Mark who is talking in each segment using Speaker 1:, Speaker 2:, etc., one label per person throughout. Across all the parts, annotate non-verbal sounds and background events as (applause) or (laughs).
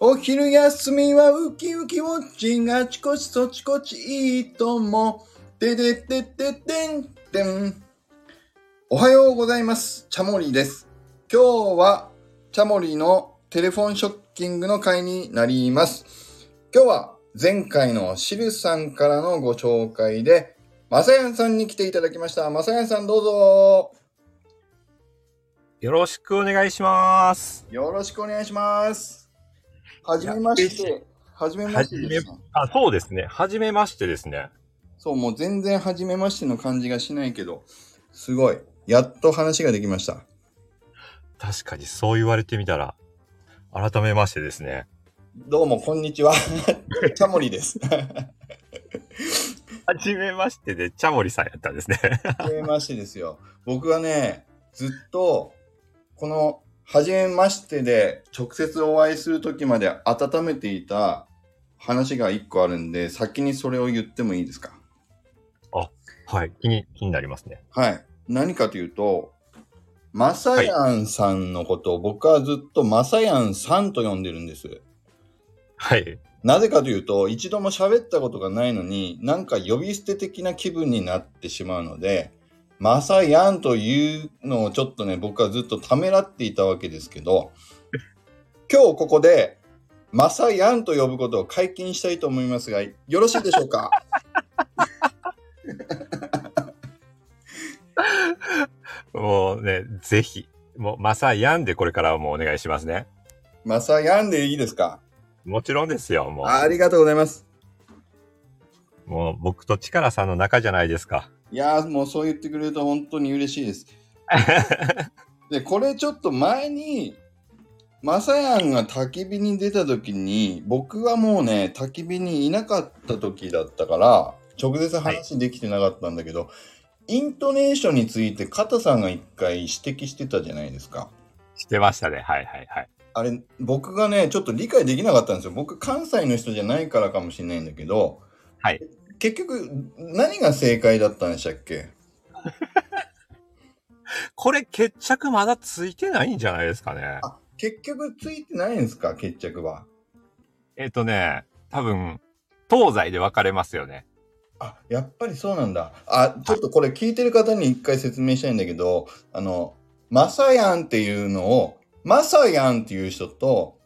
Speaker 1: お昼休みはウキウキウォッチングあちこちそちこちいいとも。てでてててんてん。おはようございます。チャモリです。今日はチャモリのテレフォンショッキングの回になります。今日は前回のシルさんからのご紹介で、まさやんさんに来ていただきました。まさやんさんどうぞ。
Speaker 2: よろしくお願いします。
Speaker 1: よろしくお願いします。はじめまして。はじめましてですね。
Speaker 2: あ、そうですね。はじめましてですね。
Speaker 1: そう、もう全然初めましての感じがしないけど、すごい。やっと話ができました。
Speaker 2: 確かにそう言われてみたら、改めましてですね。
Speaker 1: どうも、こんにち (laughs) は。チャモリです。は
Speaker 2: はじめましてで、チャモリさんやったんですね。
Speaker 1: じめましてですよ。僕はね、ずっと、この、はじめましてで、直接お会いする時まで温めていた話が一個あるんで、先にそれを言ってもいいですか
Speaker 2: (laughs) はい。気に、気になりますね。
Speaker 1: はい。何かというと、マサヤンさんのことを僕はずっとマサヤンさんと呼んでるんです。
Speaker 2: はい。
Speaker 1: なぜかというと、一度も喋ったことがないのに、なんか呼び捨て的な気分になってしまうので、マサヤンというのをちょっとね、僕はずっとためらっていたわけですけど、今日ここで、マサヤンと呼ぶことを解禁したいと思いますが、よろしいでしょうか (laughs)
Speaker 2: もうね、ぜひ、もう、まさやんでこれからはもうお願いしますね。
Speaker 1: マサヤンでいいですか
Speaker 2: もちろんですよ、も
Speaker 1: ありがとうございます。
Speaker 2: う。もう、僕とチカラさんの仲じゃないですか。
Speaker 1: いやーもうそう言ってくれると本当に嬉しいです。 (laughs) で、これちょっと前に、マサヤンが焚き火に出た時に、僕はもうね、焚き火にいなかった時だったから、直接話できてなかったんだけど、イントネーションについて、カタさんが一回指摘してたじゃないですか。
Speaker 2: してましたね。はいはいはい。
Speaker 1: あれ、僕がね、ちょっと理解できなかったんですよ。僕、関西の人じゃないからかもしれないんだけど、
Speaker 2: はい
Speaker 1: 結局、何が正解だったんでしたっけ
Speaker 2: これ、決着まだついてないんじゃないですかね。
Speaker 1: あ、結局ついてないんですか決着は。
Speaker 2: えっ、とね、多分、東西で分かれますよね。
Speaker 1: あ、やっぱりそうなんだ。あ、ちょっとこれ聞いてる方に一回説明したいんだけど、あの、マサヤンっていうのを、マサヤンっていう人と、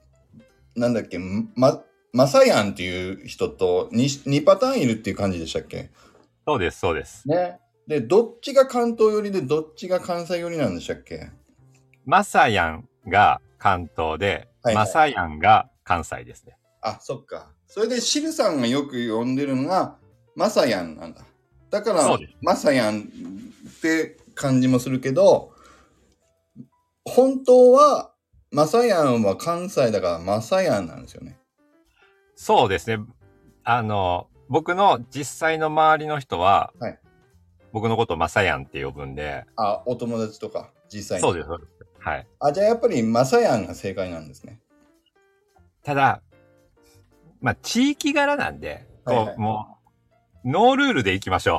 Speaker 1: なんだっけ、ま、マサヤンっていう人と2、二パターンいるっていう感じでしたっけ
Speaker 2: そうです、そうです。
Speaker 1: ね。で、どっちが関東寄りで、どっちが関西寄りなんでしたっけ
Speaker 2: マサヤンが関東で、
Speaker 1: はいはい
Speaker 2: マサヤンが関西ですね。
Speaker 1: あ、そっか。それで、シルさんがよく呼んでるのが、マサヤンなんだ。だから
Speaker 2: そうです、
Speaker 1: マサヤンって感じもするけど、本当は、マサヤンは関西だから、マサヤンなんですよね。
Speaker 2: そうですね。あの、僕の実際の周りの人は、
Speaker 1: はい
Speaker 2: 僕のことをマサヤンって呼ぶんで、
Speaker 1: あ、お友達とか、実際に。
Speaker 2: そうです、そうです。はい。
Speaker 1: あ、じゃあやっぱり、マサヤンが正解なんですね。
Speaker 2: ただ、まあ、地域柄なんで、こう、
Speaker 1: はいはい
Speaker 2: もう、ノールールでいきましょ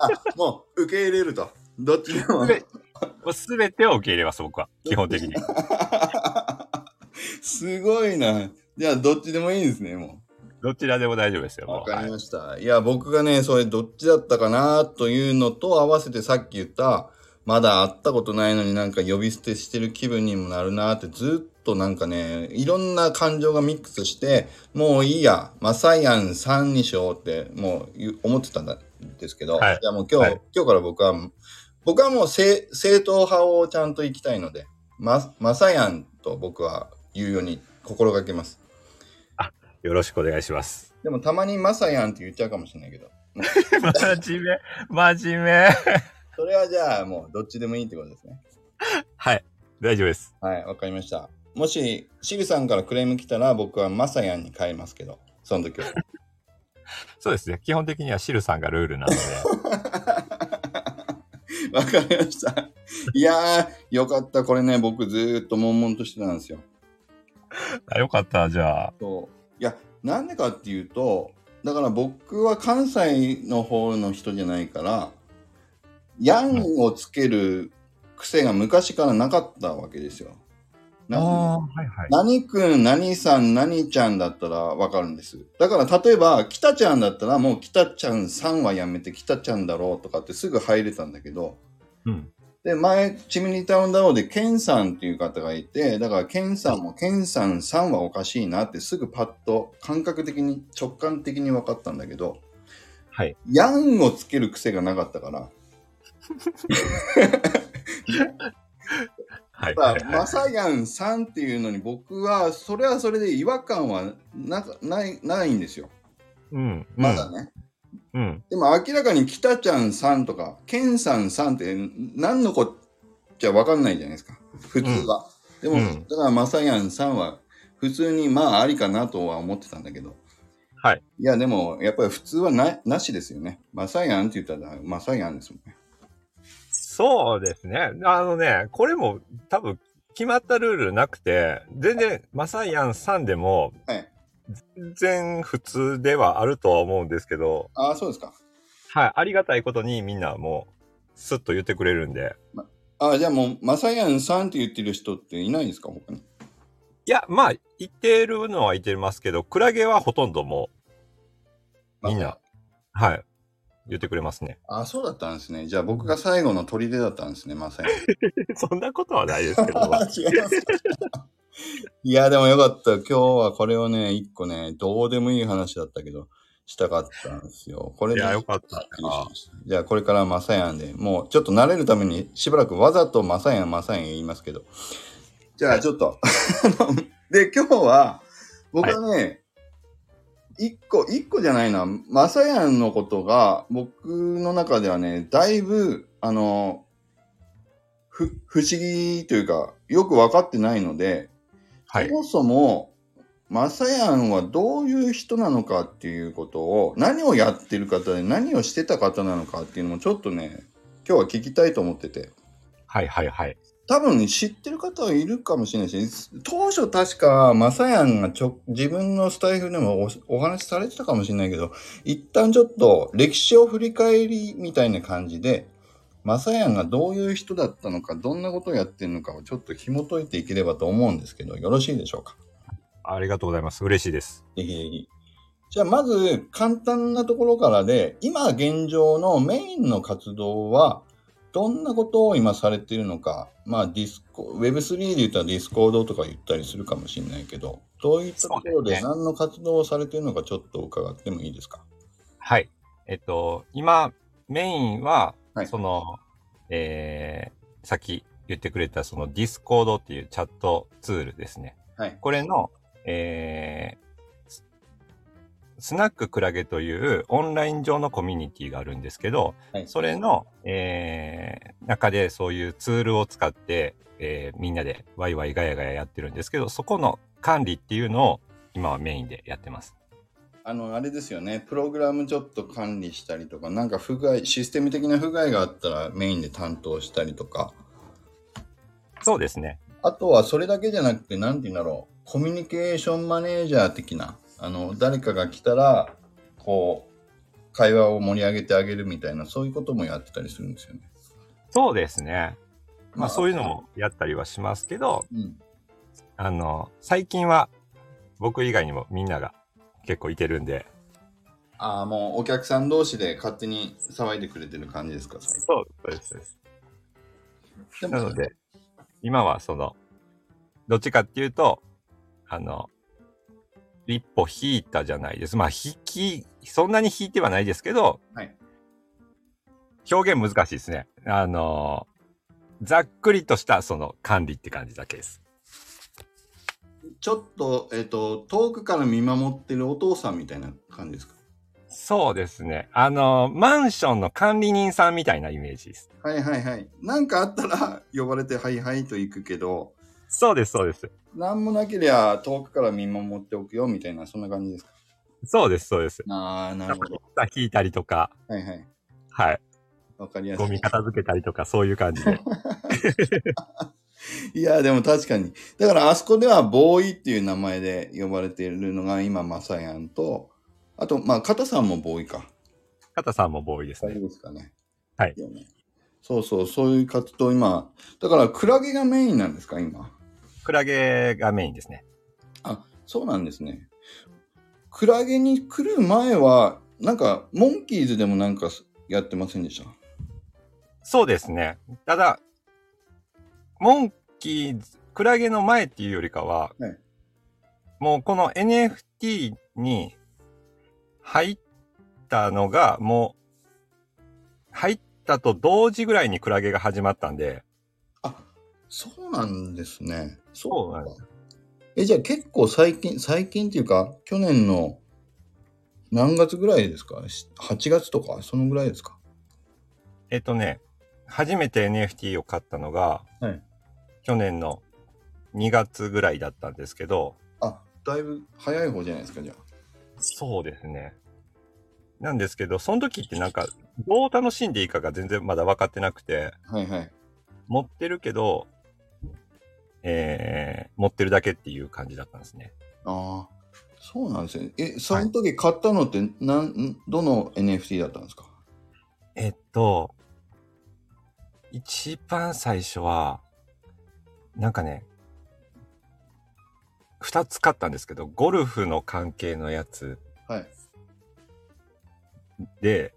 Speaker 1: あ、もう、受け入れると。どっちで (laughs) も
Speaker 2: う。。でもうすべてを受け入れます、僕は。基本
Speaker 1: (laughs)
Speaker 2: 的に。
Speaker 1: すごいな。じゃあ、どっちでもいいですね、もう。
Speaker 2: どちらでも大丈夫ですよ、
Speaker 1: わ
Speaker 2: もう。
Speaker 1: かり
Speaker 2: はい
Speaker 1: ました。い、や、僕がね、それどっちだったかなというのと合わせてさっき言った、まだ会ったことないのになんか呼び捨てしてる気分にもなるなってずっとなんかね、いろんな感情がミックスして、もういいや、マサヤンさんにしようってもう言思ってたんですけど、
Speaker 2: はい
Speaker 1: じゃあもう今日、
Speaker 2: はい
Speaker 1: 今日から僕は、僕はもう正正統派をちゃんと行きたいので、ママサヤンと僕は言うように心がけます。
Speaker 2: よろしくお願いし
Speaker 1: (laughs)
Speaker 2: ます。
Speaker 1: でもたまにマサヤンって言っちゃうかもしれないけど。
Speaker 2: 真面目、真面目。
Speaker 1: それはじゃあもうどっちでもいいってことですね。
Speaker 2: はい、大丈夫です。
Speaker 1: はい、わかりました。もし、シルさんからクレーム来たら僕はマサヤンに変えますけど、その時は。 (laughs)
Speaker 2: そうですね。基本的にはシルさんがルールな
Speaker 1: (laughs)
Speaker 2: ので。
Speaker 1: わかりました。いやー、よかった。これね、僕ずーっと悶々としてたんですよ。
Speaker 2: あよかった、じゃあ。
Speaker 1: そういや、なんでかっていうと、だから僕は関西の方の人じゃないから、ヤンをつける癖が昔からなかったわけですよ。
Speaker 2: ああ、はいはい。
Speaker 1: 何くん、何さん、何ちゃんだったらわかるんです。だから例えば、きたちゃんだったらもうきたちゃんさんはやめてきたちゃんだろうとかってすぐ入れたんだけど、
Speaker 2: うん。
Speaker 1: で、前、チミニタウンダウンで、ケンさんっていう方がいて、だから、ケンさんも、ケンさんさんはおかしいなって、すぐパッと、感覚的に、直感的に分かったんだけど、
Speaker 2: はい。
Speaker 1: ヤンをつける癖がなかったから、
Speaker 2: はい。
Speaker 1: ま
Speaker 2: は
Speaker 1: あ
Speaker 2: いはい
Speaker 1: マサヤンさんっていうのに僕はそれはそれで違和感はなかないないんですよ
Speaker 2: うん。
Speaker 1: まだね、
Speaker 2: うん。
Speaker 1: でも明らかに「きたちゃんさん」とか「けんさんさん」って何のこっちゃ分かんないじゃないですか普通は、
Speaker 2: う
Speaker 1: でも、
Speaker 2: ん
Speaker 1: だからマサヤンさんは普通にまあありかなとは思ってたんだけど
Speaker 2: はい
Speaker 1: いやでもやっぱり普通はななしですよねマサヤンって言ったらマサヤンですもんね
Speaker 2: そうですね。あのね、これも多分決まったルールなくて、全然、マサイアンさんでも
Speaker 1: はい、
Speaker 2: 全然普通ではあるとは思うんですけど、
Speaker 1: ああそうですか
Speaker 2: はい、ありがたいことにみんなもう、スッと言ってくれるんで。
Speaker 1: ああじゃあもうマサヤンさんって言ってる人っていないんですか他に
Speaker 2: いや、まあ、言ってるのは言ってますけど、クラゲはほとんどもう、みんな、はい、言ってくれますね。
Speaker 1: あ、そうだったんですね。じゃあ僕が最後の砦だったんですね、まさに。
Speaker 2: そんなことはない
Speaker 1: (laughs)
Speaker 2: ですけど、まあ
Speaker 1: 違います。いや、でもよかった。今日はこれをね、一個ね、どうでもいい話だったけど、したかったんですよ。これ
Speaker 2: い
Speaker 1: で、
Speaker 2: や、よかった
Speaker 1: びっくりしましたじゃあこれからマサヤンで、もうちょっと慣れるためにしばらくわざとマサヤン、マサヤン言いますけど。じゃあちょっと。あので、今日は、僕はね、一、個、一個じゃないな、マサヤンのことが、僕の中ではね、だいぶ、あの、ふ、不思議というか、よく分かってないので、
Speaker 2: はい
Speaker 1: そ。もそも、マサヤンはどういう人なのかっていうことを、何をやってる方で何をしてた方なのかっていうのもちょっとね、今日は聞きたいと思ってて。
Speaker 2: はい、はい、はい。
Speaker 1: 多分知ってる方はいるかもしれないし、当初確かマサヤンがちょ自分のスタイフでもおお話しされてたかもしれないけど、一旦ちょっと歴史を振り返りみたいな感じで、マサヤンがどういう人だったのか、どんなことをやってるのかをちょっと紐解いていければと思うんですけど、よろしいでしょうか
Speaker 2: ありがとうございます。嬉しいです。
Speaker 1: ぜひぜひ。じゃあ、まず、簡単なところからで、今現状のメインの活動は、どんなことを今されているのか、まあ、ディスコ、Web3 で言ったらディスコードとか言ったりするかもしれないけど、どういったところ
Speaker 2: そうで
Speaker 1: です何の活動をされているのか、ちょっと伺ってもいいですか。
Speaker 2: はい。えっと、今、メインは、
Speaker 1: はい
Speaker 2: その、えー、さっき言ってくれた、その Discord っていうチャットツールですね。
Speaker 1: はい。
Speaker 2: これの、えーススナッククラゲというオンライン上のコミュニティがあるんですけど、
Speaker 1: はい
Speaker 2: それの、えー中でそういうツールを使って、えーみんなでワイワイガヤガヤやってるんですけど、そこの管理っていうのを今はメインでやってます。
Speaker 1: あの、あれですよね、プログラムちょっと管理したりとか、なんか不具合、システム的な不具合があったらメインで担当したりとか、
Speaker 2: そうですね。
Speaker 1: あとはそれだけじゃなくて、なんて言うんだろう、コミュニケーションマネージャー的な、あの、誰かが来たら、こう、会話を盛り上げてあげるみたいな、そういうこともやってたりするんですよね。
Speaker 2: そうですね。まあそういうの
Speaker 1: も。
Speaker 2: もやったりはしますけど、
Speaker 1: うん。
Speaker 2: あの、最近は僕以外にもみんなが結構いてるんで、
Speaker 1: ああ、もうお客さん同士で勝手に騒いでくれてる感じですか、最近
Speaker 2: そうそうですそうです。
Speaker 1: でも
Speaker 2: なので、今はその、どっちかっていうと、あの、一歩引いたじゃないです。まあ、引き、そんなに引いてはないですけど、
Speaker 1: はい
Speaker 2: 表現難しいですね。あの、ざっくりとしたその管理って感じだけです。
Speaker 1: ちょっと、えっ、と、遠くから見守ってるお父さんみたいな感じですか。
Speaker 2: そうですね。あの、マンションの管理人さんみたいなイメージです。
Speaker 1: はいはいはい。なんかあったら、呼ばれて、はいはいと行くけど、
Speaker 2: そうです、そうです。
Speaker 1: なんもなけりゃ遠くから見守っておくよみたいな、そんな感じですか。
Speaker 2: そうです、そうです。
Speaker 1: ああ、なるほ
Speaker 2: (laughs)
Speaker 1: ど。
Speaker 2: 引いたりとか、
Speaker 1: はいはい。
Speaker 2: はい。
Speaker 1: わかりやす
Speaker 2: ゴ
Speaker 1: い
Speaker 2: ミ。片付けたりとか、そういう感
Speaker 1: (laughs)
Speaker 2: じで。
Speaker 1: いや、でも確かに。だから、あそこでは、ボーイっていう名前で呼ばれているのが、今、マサヤンと、あと、まあ、カタさんもボーイか。
Speaker 2: 片さんもボーイです
Speaker 1: 大
Speaker 2: ね
Speaker 1: 丈。夫ですかね。
Speaker 2: はい
Speaker 1: だよねそうそう、そういう活動、今。だから、クラゲがメインなんですか、今。
Speaker 2: クラゲがメインですね。
Speaker 1: あ、そうなんですね。クラゲに来る前は、なんか、モンキーズでもなんかやってませんでした。
Speaker 2: そうですね。ただ、モンキーズ、クラゲの前っていうよりかは、
Speaker 1: はい
Speaker 2: もうこの NFT に入ったのが、もう、入ったと同時ぐらいにクラゲが始まったんで、
Speaker 1: あ、そうなんですね。
Speaker 2: そうなんで
Speaker 1: かえ、じゃあ結構最近、最近っていうか、去年の何月ぐらいですかし ?8 月とか、そのぐらいですか
Speaker 2: えっとね、初めて NFT を買ったのが、
Speaker 1: はい
Speaker 2: 去年の2月ぐらいだったんですけど、
Speaker 1: あ、だいぶ早い方じゃないですか、じゃあ。
Speaker 2: そうですね。なんですけど、その時ってなんか、どう楽しんでいいかが全然まだ分かってなくて、
Speaker 1: はいはい。
Speaker 2: 持ってるけど、えー、持ってるだけっていう感じだったんですね。
Speaker 1: ああ、そうなんですね。え、その時買ったのってなん、んどの NFT だったんですか
Speaker 2: えっと、一番最初は、なんかね、二つ買ったんですけど、ゴルフの関係のやつ
Speaker 1: はい。
Speaker 2: で、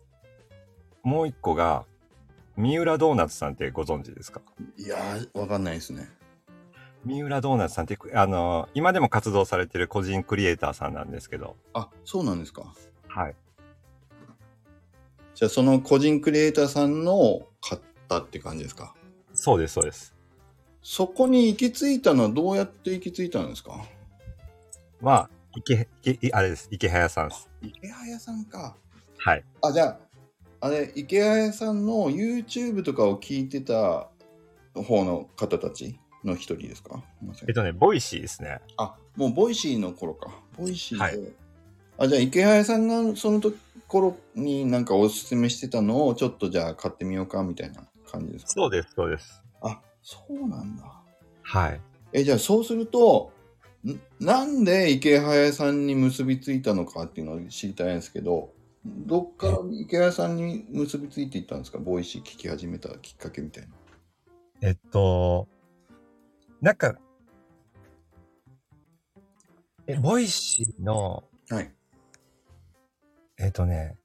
Speaker 2: もう一個が、三浦ドーナツさんってご存知ですか
Speaker 1: いやー、わかんないですね。
Speaker 2: 三浦ドーナツさんって、あの今でも活動されてる個人クリエイターさんなんですけど、
Speaker 1: あ、そうなんですか。
Speaker 2: はい。
Speaker 1: じゃあ、その個人クリエイターさんのを買ったって感じですか
Speaker 2: そうです、そうです。
Speaker 1: そこに行き着いたのはどうやって行き着いたんですか
Speaker 2: まあ、池、池、あれです。池早さんです。
Speaker 1: 池早さんか。
Speaker 2: はい。
Speaker 1: あ、じゃあ、あれ、池早さんの YouTube とかを聞いてた方の方たちの一人ですかすいません
Speaker 2: えっとね、ボイシーですね。
Speaker 1: あ、もうボイシーの頃か。ボイシーで。
Speaker 2: はい
Speaker 1: あ、じゃあ池原さんがその時頃になんかおすすめしてたのをちょっとじゃあ買ってみようかみたいな感じですか
Speaker 2: そうです、そうです。
Speaker 1: あ、そうなんだ。
Speaker 2: はい。
Speaker 1: え、じゃあそうすると、んなんで池原さんに結びついたのかっていうのを知りたいんですけど、どっから池原さんに結びついていったんですかボイシー聞き始めたきっかけみたいな。
Speaker 2: えっと、なんか、え、ボイシーの、
Speaker 1: はい。
Speaker 2: えっとね、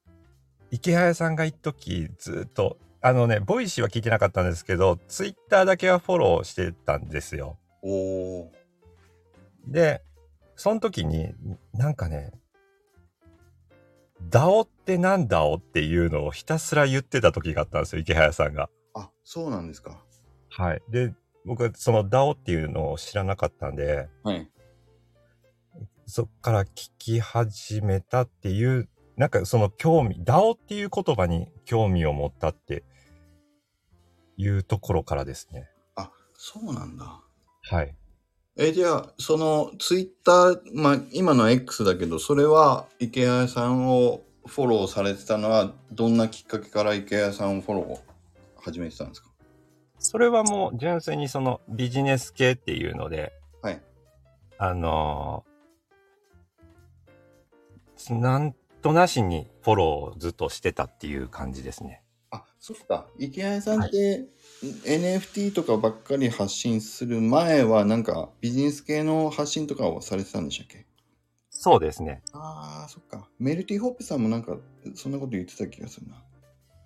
Speaker 2: 池早さんが一時ずっと、あのね、ボイシーは聞いてなかったんですけど、ツイッターだけはフォローしてたんですよ。
Speaker 1: おー。
Speaker 2: で、その時に、なんかね、ダオってなんだおっていうのをひたすら言ってた時があったんですよ、池早さんが。
Speaker 1: あ、そうなんですか。
Speaker 2: はい。で、僕はそのダオっていうのを知らなかったんで、
Speaker 1: はい。
Speaker 2: そっから聞き始めたっていう、なんかその興味、ダオっていう言葉に興味を持ったっていうところからですね。
Speaker 1: あ、そうなんだ。
Speaker 2: はい。
Speaker 1: え、じゃあ、そのツイッター、まあ、今の X だけど、それは池谷さんをフォローされてたのは、どんなきっかけから池谷さんをフォローを始めてたんですか
Speaker 2: それはもう純粋にそのビジネス系っていうので、
Speaker 1: はい。
Speaker 2: あのーなんとなしにフォローをずっとしてたっていう感じですね。
Speaker 1: あ、そっか。池谷さんって、NFT とかばっかり発信する前は、なんかビジネス系の発信とかをされてたんでしたっけ
Speaker 2: そうですね。
Speaker 1: ああ、そっか。メルティホップさんもなんか、そんなこと言ってた気がするな。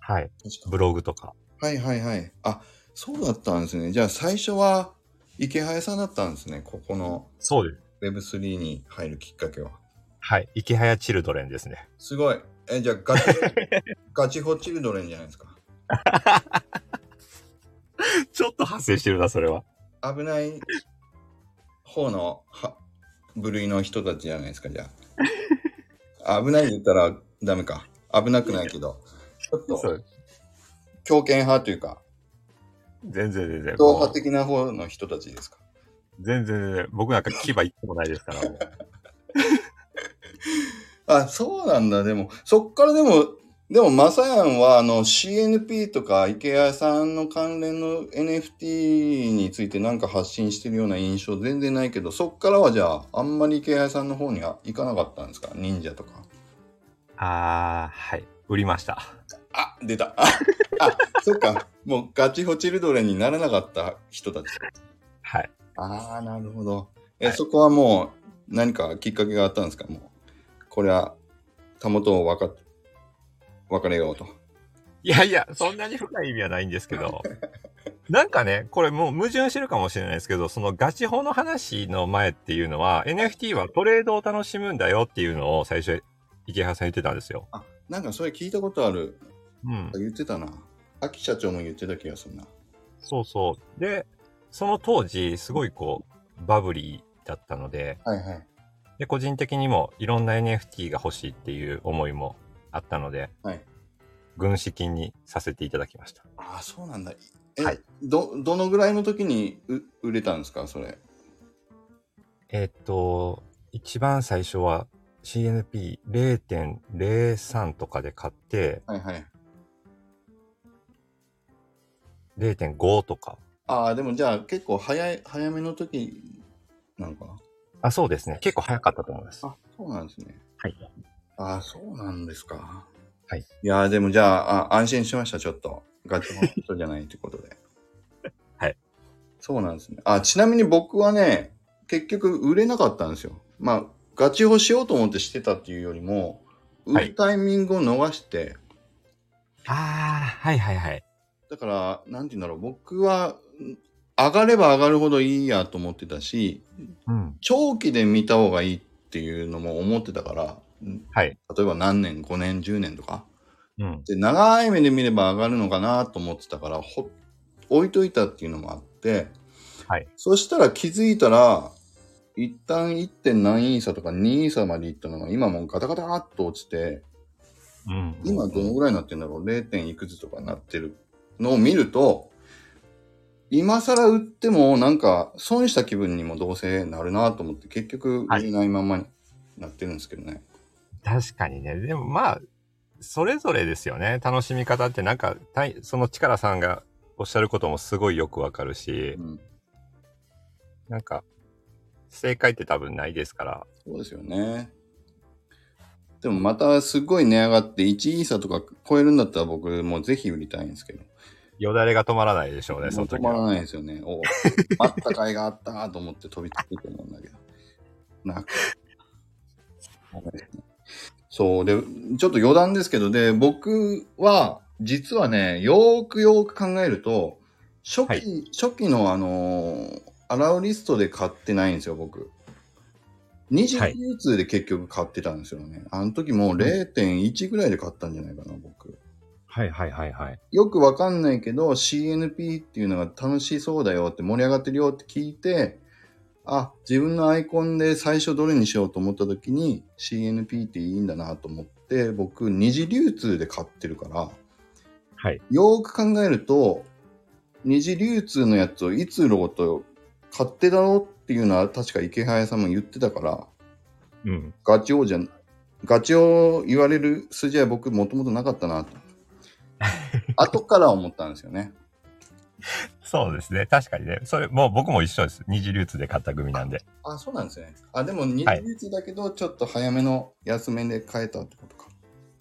Speaker 2: はい。
Speaker 1: 確か
Speaker 2: ブログとか。
Speaker 1: はいはいはい。あ、そうだったんですね。じゃあ最初は池早さんだったんですね。ここの
Speaker 2: そうです。
Speaker 1: Web3 に入るきっかけは。
Speaker 2: はい。池早チルドレンですね。
Speaker 1: すごい。え、じゃあガチ、ガチホチルドレンじゃないですか。
Speaker 2: (laughs) ちょっと発生してるな、それは。
Speaker 1: 危ない方のは部類の人たちじゃないですか、じゃあ。危ない言ったらダメか。危なくないけど。ちょっと強権派というか、
Speaker 2: 全然全然。
Speaker 1: 党
Speaker 2: も
Speaker 1: 派
Speaker 2: う
Speaker 1: 的な方の人たちですか。
Speaker 2: 全然全然。僕なんか牙一個もないですから。もう
Speaker 1: あ、そうなんだ。でも、そっからでも、でも、まさやんは、あの、CNP とか、池谷さんの関連の NFT についてなんか発信してるような印象全然ないけど、そっからはじゃあ、あんまり池谷さんの方には行かなかったんですか忍者とか。
Speaker 2: あー、はい。売りました。
Speaker 1: あ、出た。あ、あそっか。もう、ガチホチルドレンにならなかった人たち。
Speaker 2: はい。
Speaker 1: ああ、なるほど。え、そこはもう何かきっかけがあったんですかもう、これは、たもとを分かっ、別れようと。
Speaker 2: いやいや、そんなに深い意味はないんですけど、なんかね、これもう矛盾してるかもしれないですけど、そのガチ法の話の前っていうのは、NFT はトレードを楽しむんだよっていうのを最初、池原さん言ってたんですよ。
Speaker 1: あ、なんかそれ聞いたことある。
Speaker 2: うん。
Speaker 1: 言ってたな。秋社長も言ってた気がするな。
Speaker 2: そうそう。で、その当時、すごいこう、バブリーだったので、
Speaker 1: はいはい。
Speaker 2: で、個人的にもいろんな NFT が欲しいっていう思いもあったので、
Speaker 1: はい
Speaker 2: 軍資金にさせていただきました。
Speaker 1: ああ、そうなんだ。え、
Speaker 2: はい
Speaker 1: ど、どのぐらいの時にう売れたんですかそれ。
Speaker 2: えーっと、一番最初は CNP0.03 とかで買って、
Speaker 1: はいはい。
Speaker 2: 0.5とか。
Speaker 1: ああ、でもじゃあ結構早い、早めの時なのかな
Speaker 2: あ、そうですね。結構早かったと思います。
Speaker 1: あ、そうなんですね。
Speaker 2: はい。
Speaker 1: ああ、そうなんですか。
Speaker 2: はい。
Speaker 1: いやーでもじゃああ、安心しました、ちょっと。ガチの人じゃないってことで。
Speaker 2: (laughs) はい。
Speaker 1: そうなんですね。あ、ちなみに僕はね、結局売れなかったんですよ。まあ、ガチをしようと思ってしてたっていうよりも、売
Speaker 2: はい
Speaker 1: るタイミングを逃して、
Speaker 2: ああ、はいはいはい。
Speaker 1: だから、なんて言うんだろう、僕は、ん上がれば上がるほどいいやと思ってたし、
Speaker 2: うん。
Speaker 1: 長期で見た方がいいっていうのも思ってたから、ん
Speaker 2: はい。
Speaker 1: 例えば何年、5年、10年とか。
Speaker 2: うん。
Speaker 1: で長い目で見れば上がるのかなと思ってたからほ置いといたっていうのもあって、
Speaker 2: はい
Speaker 1: そしたら気づいたら一旦 1. 点何イーサとか2イーサまでいったのが今もうガタガタっと落ちて
Speaker 2: うん。
Speaker 1: 今どのぐらいになってんだろう 0. 点いくつとかなってるのを見ると今更売ってもなんか損した気分にもどうせなるなと思って結局売れないままになってるんですけどね。
Speaker 2: 確かにね。でもまあ、それぞれですよね。楽しみ方ってなんか、たいそのチカラさんがおっしゃることもすごいよくわかるし
Speaker 1: う、ん、
Speaker 2: なんか、正解って多分ないですから。
Speaker 1: そうですよね。でもまたすごい値上がって1イーサとか超えるんだったら僕もうぜひ売りたいんですけど。
Speaker 2: よだれが止まらないでしょう
Speaker 1: もう
Speaker 2: ね、その
Speaker 1: 止
Speaker 2: 時
Speaker 1: まら
Speaker 2: は。
Speaker 1: ないですよね。
Speaker 2: (laughs)
Speaker 1: おあったかいがあったと思って飛びつくと思うんだけど。なく。そう。で、ちょっと余談ですけど、で、僕は実はね、よーくよーく考えると、初期、
Speaker 2: はい
Speaker 1: 初期のあのーアラウリストで買ってないんですよ、僕。
Speaker 2: はい
Speaker 1: 29通で結局買ってたんですよね。あの時もう0.1ぐらいで買ったんじゃないかな、僕。
Speaker 2: はいはいはいはい。
Speaker 1: よくわかんないけど CNP っていうのが楽しそうだよって盛り上がってるよって聞いてあ自分のアイコンで最初どれにしようと思った時に CNP っていいんだなと思って僕二次流通で買ってるから
Speaker 2: はい。
Speaker 1: よーく考えると二次流通のやつをいつ売ろうと買ってだろうっていうのは確か池早さんも言ってたから
Speaker 2: うん。
Speaker 1: ガチ王じゃん、ガチ王言われる筋合い僕もともとなかった (laughs) なと。後から思ったんですよね。
Speaker 2: そうですね。確かにね。それ、もう僕も一緒です。二次流通で買った組なんで。
Speaker 1: あ、そうなんですね。あ、でも2ヶ月だけど、ちょっと早めの安めで買えたってことか。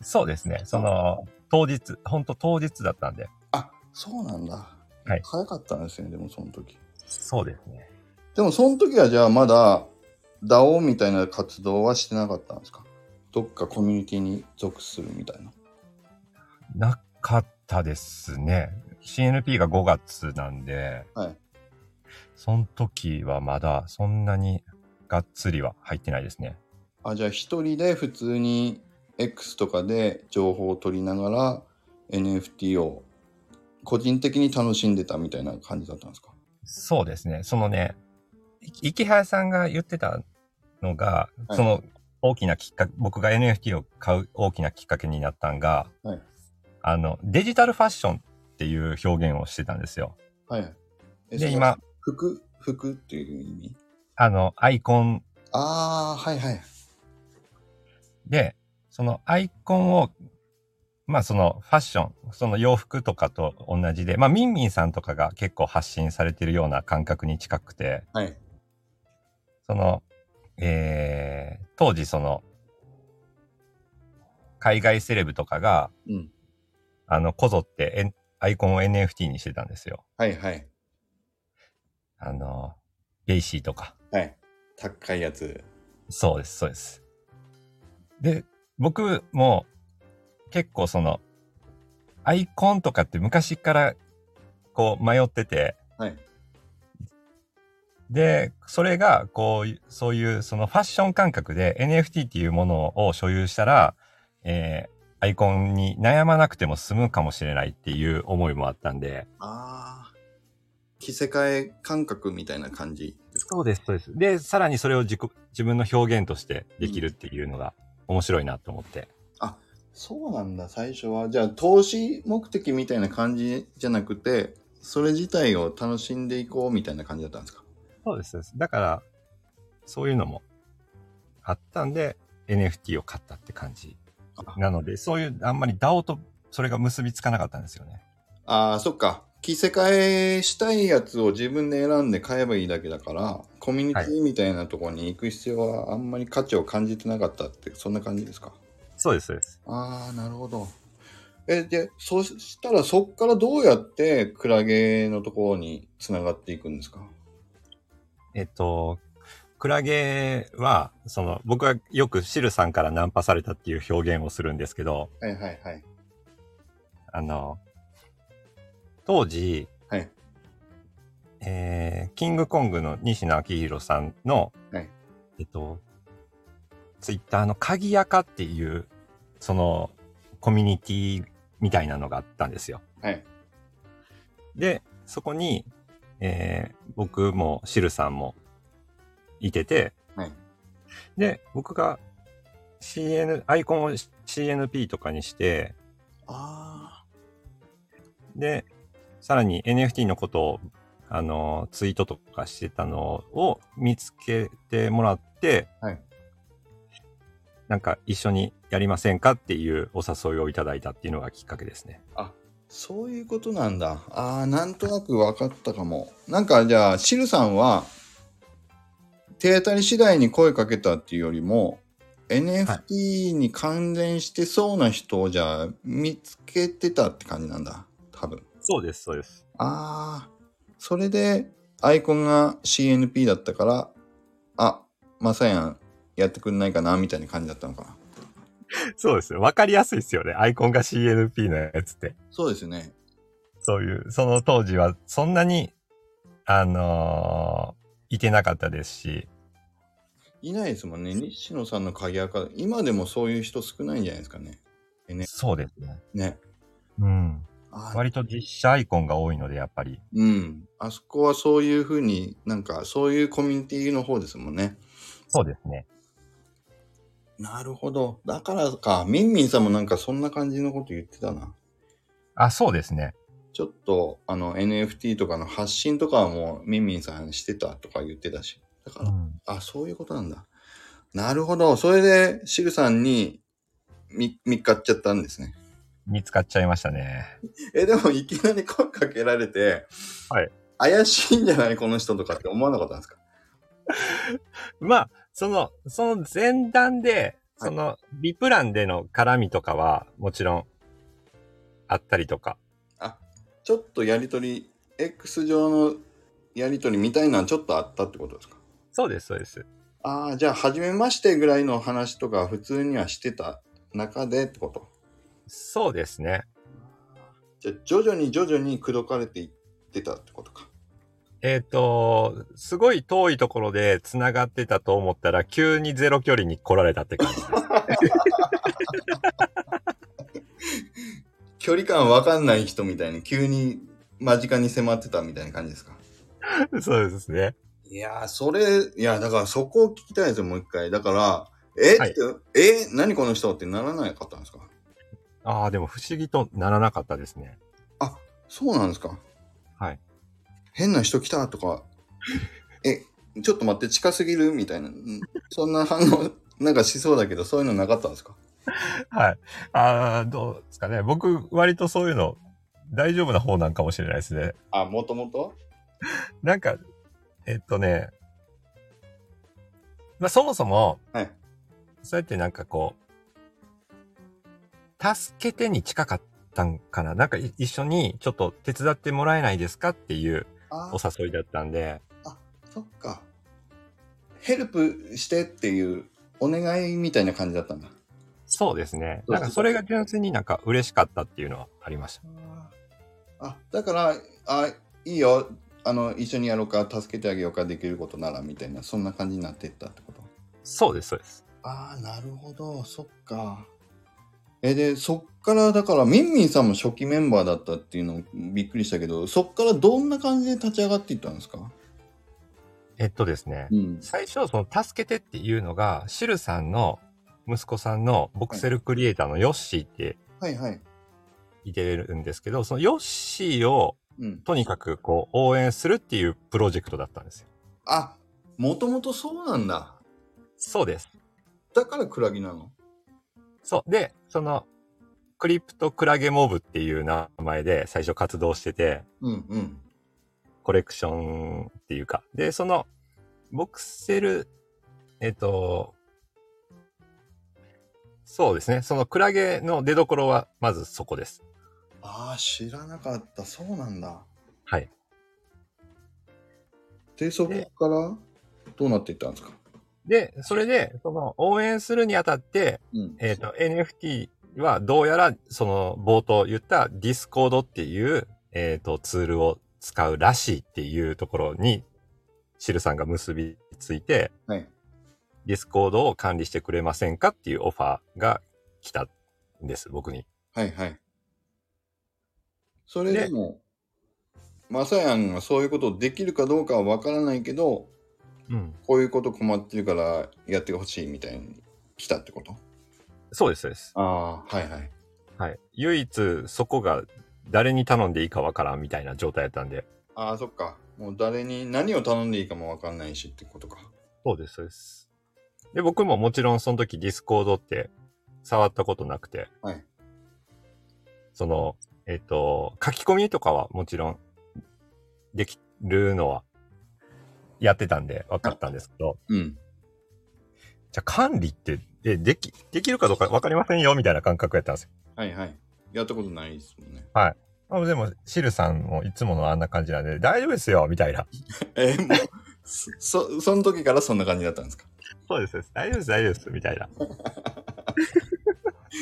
Speaker 2: そうですね。その、当日、ほんと当日だったんで。
Speaker 1: あ、そうなんだ。
Speaker 2: はい
Speaker 1: 早かったんですね、でもその時。
Speaker 2: そうですね。
Speaker 1: でもその時はじゃあまだ DAO みたいな活動はしてなかったんですかどっかコミュニティに属するみたいな。
Speaker 2: なかったですね。CNP が5月なんで、
Speaker 1: はい
Speaker 2: その時はまだそんなにがっつりは入ってないですね。
Speaker 1: あ、じゃあ一人で普通に X とかで情報を取りながら NFT を個人的に楽しんでたみたいな感じだったんですか
Speaker 2: そうですね。そのね、い池原さんが言ってたのが、
Speaker 1: はい
Speaker 2: その大きなきっかけ、僕が NFT を買う大きなきっかけになったんが、
Speaker 1: はい
Speaker 2: あの、デジタルファッションっていう表現をしてたんですよ。
Speaker 1: はい。え
Speaker 2: で、。今
Speaker 1: そ、れ服、服っていう意味
Speaker 2: あの、アイコン
Speaker 1: ああ、はいはい。
Speaker 2: で、そのアイコンを、まあそのファッション、その洋服とかと同じで、まあミンミンさんとかが結構発信されてるような感覚に近くて、
Speaker 1: はい。
Speaker 2: その、えー、当時その、海外セレブとかが、
Speaker 1: うん。
Speaker 2: あの、こぞって、えんアイコンを NFT にしてたんですよ。
Speaker 1: はいはい。
Speaker 2: あの、ベイシーとか。
Speaker 1: はい。高いやつ。
Speaker 2: そうです、そうです。で、僕も結構その、アイコンとかって昔からこう迷ってて、
Speaker 1: はい
Speaker 2: で、それがこうい、そういうそのファッション感覚で NFT っていうものを所有したら、えーアイコンに悩まなくても済むかもしれないっていう思いもあったんで。
Speaker 1: ああ。着せ替え感覚みたいな感じですか
Speaker 2: そうです、そうです。で、さらにそれを自己自分の表現としてできるっていうのが面白いなと思って。
Speaker 1: そうなんだ、最初は。じゃあ、投資目的みたいな感じじゃなくて、それ自体を楽しんでいこうみたいな感じだったんですか
Speaker 2: そうですそうです。だから、そういうのもあったんで、NFT を買ったって感じ。なので、そういう、あんまり DAO とそれが結びつかなかったんですよね。
Speaker 1: ああ、そっか。着せ替えしたいやつを自分で選んで買えばいいだけだから、コミュニティみたいなところに行く必要はあんまり価値を感じてなかったって、そんな感じですか
Speaker 2: そうです、そうです。
Speaker 1: ああ、なるほど。え、で、そしたらそっからどうやってクラゲのところにつながっていくんですか
Speaker 2: えっと、クラゲは、その、僕はよくシルさんからナンパされたっていう表現をするんですけど、
Speaker 1: はいはいはい。
Speaker 2: あの、当時、
Speaker 1: はい
Speaker 2: えーキングコングの西野昭弘さんの、
Speaker 1: はい
Speaker 2: えっと、ツイッターの鍵やかっていう、その、コミュニティみたいなのがあったんですよ。
Speaker 1: はい。
Speaker 2: で、そこに、えー僕もシルさんもいてて、
Speaker 1: はい
Speaker 2: で、僕が CN、アイコンを CNP とかにして、
Speaker 1: あ
Speaker 2: で、さらに NFT のことを、あの、ツイートとかしてたのを見つけてもらって、
Speaker 1: はい
Speaker 2: なんか一緒にやりませんかっていうお誘いをいただいたっていうのがきっかけですね。
Speaker 1: そういうことなんだ。ああ、なんとなく分かったかも。なんかじゃあ、シルさんは、手当たり次第に声かけたっていうよりも、NFT に関連してそうな人をじゃあ見つけてたって感じなんだ。多分。
Speaker 2: そうです、そうです。
Speaker 1: ああ、それでアイコンが CNP だったから、あ、まさやんやってくんないかなみたいな感じだったのかな。
Speaker 2: そうです。わかりやすいですよね。アイコンが CNP のやつって。
Speaker 1: そうですね。
Speaker 2: そういう、その当時はそんなに、あのーいてなかったですし、
Speaker 1: いないですもんね。西野さんの鍵垢、今でもそういう人少ないんじゃないですかね。ね
Speaker 2: そうですね。
Speaker 1: ね。
Speaker 2: うん。
Speaker 1: あ
Speaker 2: 割と実写アイコンが多いので、やっぱり。
Speaker 1: うん。あそこはそういうふうに、なんかそういうコミュニティの方ですもんね。
Speaker 2: そうですね。
Speaker 1: なるほど。だからか、ミンミンさんもなんかそんな感じのこと言ってたな。
Speaker 2: あ、そうですね。
Speaker 1: ちょっと、あの、NFT とかの発信とかはもう、ミンミンさんしてたとか言ってたし。だから、
Speaker 2: ん、
Speaker 1: あ、そういうことなんだ。なるほど。それで、シルさんに、み、見っかっちゃったんですね。
Speaker 2: 見つかっちゃいましたね。
Speaker 1: え、でも、いきなり声かけられて、
Speaker 2: はい。
Speaker 1: 怪しいんじゃないこの人とかって思わなかったんですか
Speaker 2: まあ、その、その前段で、その、ビプランでの絡みとかは、もちろん、あったりとか。
Speaker 1: あ、ちょっとやりとり、X 上のやりとりみたいなのちょっとあったってことですか
Speaker 2: そうです、そうです。
Speaker 1: ああ、じゃあ、初めましてぐらいの話とか、普通にはしてた中でってこと
Speaker 2: そうですね。
Speaker 1: じゃあ徐々に徐々に口説かれていってたってことか。
Speaker 2: えっ、と、すごい遠いところで繋がってたと思ったら、急にゼロ距離に来られたって感じです。
Speaker 1: 距離感わかんない人みたいに急に間近に迫ってたみたいな感じですか
Speaker 2: (laughs) そうですね。
Speaker 1: いやー、それ、いや、だからそこを聞きたいですよ、もう一回。だから、え、
Speaker 2: はい
Speaker 1: ってえ何この人ってならなかったんですか
Speaker 2: ああ、でも不思議とならなかったですね。
Speaker 1: そうなんですか
Speaker 2: はい。
Speaker 1: 変な人来たとか、 (laughs) え、ちょっと待って、近すぎるみたいな、んそんな反応なんかしそうだけど、そういうのなかったんですか
Speaker 2: はい。ああ、どうですかね。僕、割とそういうの、大丈夫な方なんかもしれないですね。
Speaker 1: あ、もともと
Speaker 2: なんか、えっとね、まあそもそも、
Speaker 1: はい
Speaker 2: そうやってなんかこう、助けてに近かったんかな。なんかい一緒にちょっと手伝ってもらえないですかっていう
Speaker 1: あ
Speaker 2: お誘いだったんで、
Speaker 1: そっか。ヘルプしてっていうお願いみたいな感じだったんだ。
Speaker 2: そうですね。
Speaker 1: そうそう
Speaker 2: なんかそれが純粋になんか嬉しかったっていうのはありました。
Speaker 1: あ、だから、あ、いいよ。あの、一緒にやろうか、助けてあげようか、できることなら、みたいな、そんな感じになってったってこと
Speaker 2: そうです、そうです。
Speaker 1: ああ、なるほど、そっか。え、で、そっから、だから、ミンミンさんも初期メンバーだったっていうのびっくりしたけど、そっからどんな感じで立ち上がっていったんですか
Speaker 2: えっとですね。
Speaker 1: うん。
Speaker 2: 最初、その、助けてっていうのが、シルさんの息子さんのボクセルクリエイターのヨッシーって
Speaker 1: はいはい。
Speaker 2: いてるんですけど、そのヨッシーを
Speaker 1: うん。
Speaker 2: とにかくこう応援するっていうプロジェクトだったんですよ。
Speaker 1: あ、もともとそうなんだ。
Speaker 2: そうです。
Speaker 1: だから、クラゲなの。
Speaker 2: そう。で、その、クリプトクラゲモブっていう名前で最初活動してて、
Speaker 1: うんうん。
Speaker 2: コレクションっていうか。で、その、ボクセル、えっと、そうですね。そのクラゲの出所は、まずそこです。
Speaker 1: ああ、知らなかった、そうなんだ。
Speaker 2: はい。
Speaker 1: で、そこから、どうなっていったんですか
Speaker 2: で、それで、その、応援するにあたって、
Speaker 1: うん。
Speaker 2: えっ、と、NFT はどうやら、その、冒頭言ったディスコードっていう、えっ、と、ツールを使うらしいっていうところに、シルさんが結びついて、
Speaker 1: はい。
Speaker 2: ディスコードを管理してくれませんかっていうオファーが来たんです、僕に。
Speaker 1: はいはい。それでも、まさやんがそういうことできるかどうかはわからないけど、
Speaker 2: うん。
Speaker 1: こういうこと困ってるからやってほしいみたいに来たってこと
Speaker 2: そうです、そうです。
Speaker 1: ああ、はいはい。
Speaker 2: はい。唯一、そこが誰に頼んでいいかわからんみたいな状態だったんで。
Speaker 1: ああ、そっか。もう誰に何を頼んでいいかもわかんないしってことか。
Speaker 2: そうです、そうです。で、僕ももちろんその時ディスコードって触ったことなくて、
Speaker 1: はい。
Speaker 2: その、えっ、と、書き込みとかはもちろんできるのはやってたんで分かったんですけど、
Speaker 1: うん。
Speaker 2: じゃあ管理って、え、でき、できるかどうか分かりませんよみたいな感覚やったんですよ。
Speaker 1: はいはい。やったことないですもんね。
Speaker 2: あでも、シルさんもいつものあんな感じなんで、大丈夫ですよみたいな。
Speaker 1: えーもう、そ、 (laughs) その時からそんな感じだったんですか
Speaker 2: そうです、そうです大丈夫です、大丈夫です、みたいな。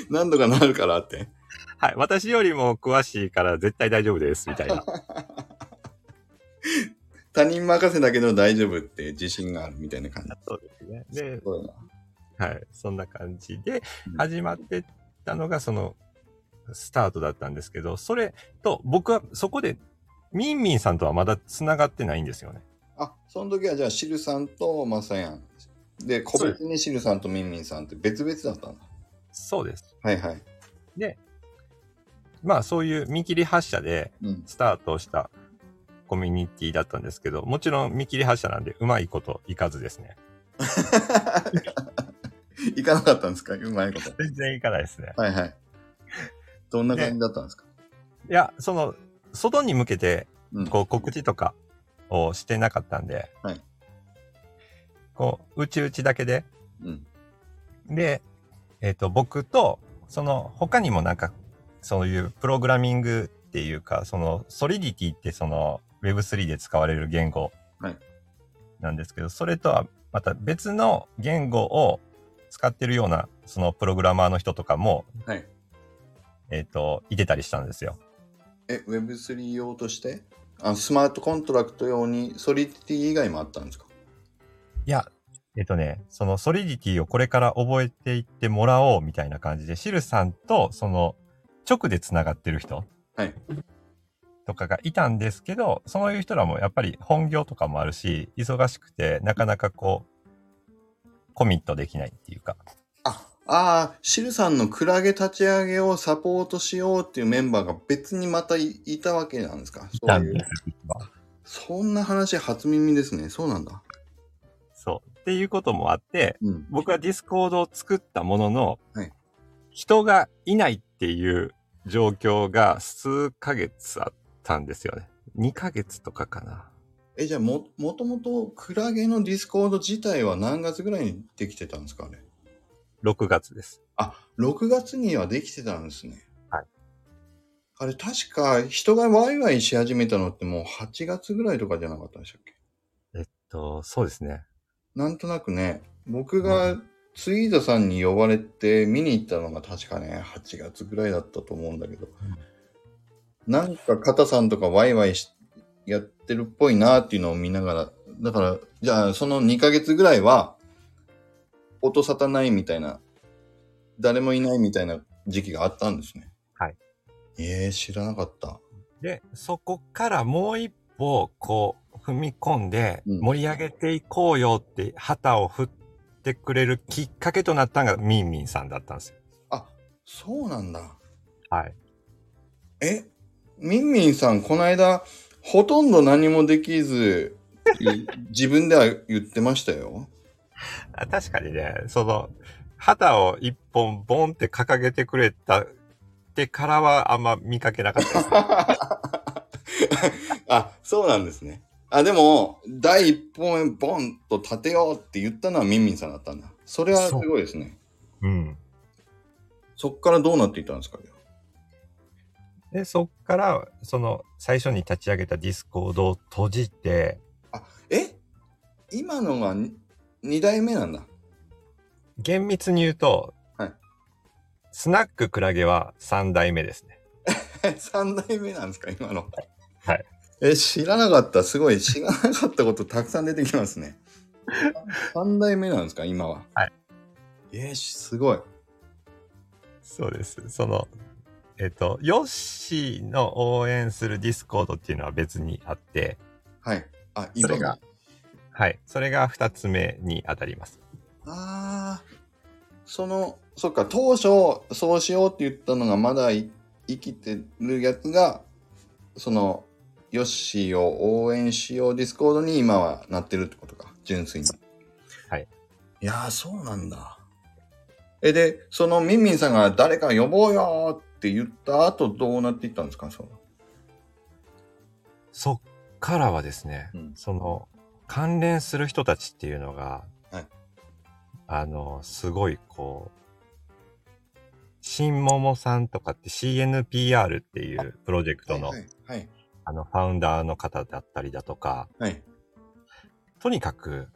Speaker 1: 何度かなるからって。
Speaker 2: はい、私よりも詳しいから絶対大丈夫です、みたい (laughs) な。
Speaker 1: 他人任せだけど大丈夫って自信があるみたいな感じ。
Speaker 2: そうですね。で、
Speaker 1: そうだな。
Speaker 2: はい、そんな感じで
Speaker 1: うん
Speaker 2: 始まってったのがそのスタートだったんですけど、それと僕はそこでミンミンさんとはまだ繋がってないんですよね。
Speaker 1: あ、その時はじゃあ、シルさんとマサヤン。で、個別にシルさんとミンミンさんって別々だったんだ。
Speaker 2: そうです。
Speaker 1: はいはい。
Speaker 2: まあそういう見切り発車で
Speaker 1: うん。 (laughs)
Speaker 2: スタートしたコミュニティだったんですけど、もちろん見切り発車なんでうまいこといかずですね。
Speaker 1: 行かなかったんですかうまいこと。
Speaker 2: 全然いかないですね。
Speaker 1: はいはい。どんな感じだったんですか、
Speaker 2: いや、その、外に向けて
Speaker 1: うん。
Speaker 2: こう告知とかをしてなかったんで、
Speaker 1: はい
Speaker 2: こう、うちうちだけで
Speaker 1: うん。
Speaker 2: で、えっ、と、僕と、その、他にもなんか、そういうプログラミングっていうか、その、ソリディティってその、Web3 で使われる言語
Speaker 1: はい
Speaker 2: なんですけど、それとはまた別の言語を使ってるような、そのプログラマーの人とかも、
Speaker 1: はい。
Speaker 2: えっ、と、いてたりしたんですよ。
Speaker 1: え、Web3 用としてあスマートコントラクト用にソリティ以外もあったんですか
Speaker 2: いや、えっ、とね、そのソリディティをこれから覚えていってもらおうみたいな感じで、シルさんと、その、直で繋がってる人
Speaker 1: はい。
Speaker 2: とかがいたんですけど、そういう人らもやっぱり本業とかもあるし、忙しくて、なかなかこう、コミットできないっていうか。
Speaker 1: あ、ああ、シルさんのクラゲ立ち上げをサポートしようっていうメンバーが別にまたいいたわけなんですかそういう。そんな話初耳ですね。そうなんだ。
Speaker 2: そう。っていうこともあって、
Speaker 1: うん。
Speaker 2: 僕はディスコードを作ったものの、
Speaker 1: はい
Speaker 2: 人がいないっていう状況が数ヶ月あったんですよね。2ヶ月とかかな。
Speaker 1: え、じゃあも、もともとクラゲのディスコード自体は何月ぐらいにできてたんですかね
Speaker 2: 6月です。
Speaker 1: あ、6月にはできてたんですね。
Speaker 2: はい。
Speaker 1: あれ、確か人がワイワイし始めたのってもう8月ぐらいとかじゃなかったんでしたっけ
Speaker 2: えっと、そうですね。
Speaker 1: なんとなくね、僕がツイーザさんに呼ばれて見に行ったのが確かね、8月ぐらいだったと思うんだけど、なんか肩さんとかワイワイしやってるっぽいなっていうのを見ながら、だから、じゃあその2ヶ月ぐらいは、音沙汰ないみたいな、誰もいないみたいな時期があったんですね。
Speaker 2: はい。
Speaker 1: ええ知らなかった。
Speaker 2: で、そこからもう一歩、こう、踏み込んで、
Speaker 1: うん
Speaker 2: 盛り上げていこうよって、旗を振ってくれるきっかけとなったのが、ミンミンさんだったんですよ。
Speaker 1: そうなんだ。
Speaker 2: はい。
Speaker 1: えみんみんさん、この間、ほとんど何もできず、 (laughs) い自分では言ってましたよ。
Speaker 2: あ確かにね、その、旗を一本ボンって掲げてくれたってからは、あんま見かけなかったですね。
Speaker 1: (laughs) あ、そうなんですね。あ、でも、第一本へボンと立てようって言ったのはみんみんさんだったんだ。それはすごいですね。
Speaker 2: (laughs) うん。
Speaker 1: そっからどうなっていったんですか
Speaker 2: で、そっから、その、最初に立ち上げたディスコードを閉じて、
Speaker 1: え今のが2代目なんだ。
Speaker 2: 厳密に言うと、
Speaker 1: はい
Speaker 2: スナッククラゲは3代目ですね。
Speaker 1: 3代目なんですか今の。
Speaker 2: はい。
Speaker 1: え、知らなかった。すごい。知らなかったことたくさん出てきます
Speaker 2: (laughs)
Speaker 1: ね。3代目なんですか今は。。
Speaker 2: はい
Speaker 1: え、すごい。
Speaker 2: そうです。その、えっ、と、ヨッシーの応援するディスコードっていうのは別にあって、
Speaker 1: はい。あ、
Speaker 2: それ
Speaker 1: 今
Speaker 2: が。はい。それが2つ目に当たります。
Speaker 1: ああ。その、そっか、当初、そうしようって言ったのが、まだい生きてるやつが、その、ヨッシーを応援しようディスコードに今はなってるってことか、純粋に。
Speaker 2: はい。
Speaker 1: いやー、そうなんだ。え、で、そのミンミンさんが誰か呼ぼうよーって言った後、どうなっていったんですか、その。
Speaker 2: そっからはですね、
Speaker 1: うん
Speaker 2: その、関連する人たちっていうのが、
Speaker 1: はい
Speaker 2: あの、すごいこう、新桃さんとかって CNPR っていうプロジェクトの、
Speaker 1: はい。はい。
Speaker 2: あの、ファウンダーの方だったりだとか、
Speaker 1: はい。
Speaker 2: とにかく、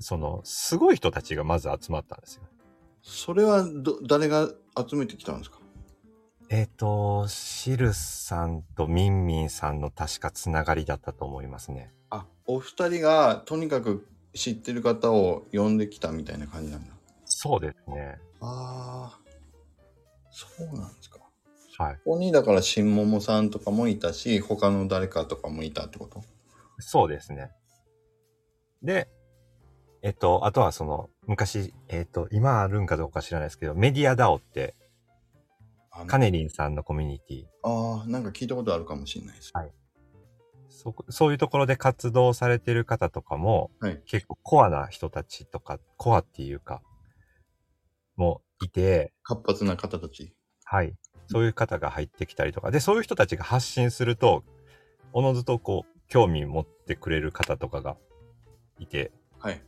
Speaker 2: その、すごい人たちがまず集まったんですよ。
Speaker 1: それはど、誰が集めてきたんですか
Speaker 2: えっ、と、シルさんとミンミンさんの確かつながりだったと思いますね。
Speaker 1: あ、お二人がとにかく知ってる方を呼んできたみたいな感じなんだ。
Speaker 2: そうですね。
Speaker 1: ああ、そうなんですか。
Speaker 2: はい。
Speaker 1: ここにだから新桃さんとかもいたし、他の誰かとかもいたってこと
Speaker 2: そうですね。で、えっと、あとはその、昔、えっと、今あるんかどうか知らないですけど、メディアダオって、
Speaker 1: あ
Speaker 2: カネリンさんのコミュニティ、
Speaker 1: ああ、なんか聞いたことあるかもしれないです。
Speaker 2: そこ、そういうところで活動されてる方とかも、
Speaker 1: はい
Speaker 2: 結構コアな人たちとか、コアっていうか、もいて、
Speaker 1: 活発な方たち。
Speaker 2: はい。そういう方が入ってきたりとか、で、そういう人たちが発信すると、おのずとこう、興味持ってくれる方とかがいて、
Speaker 1: はい。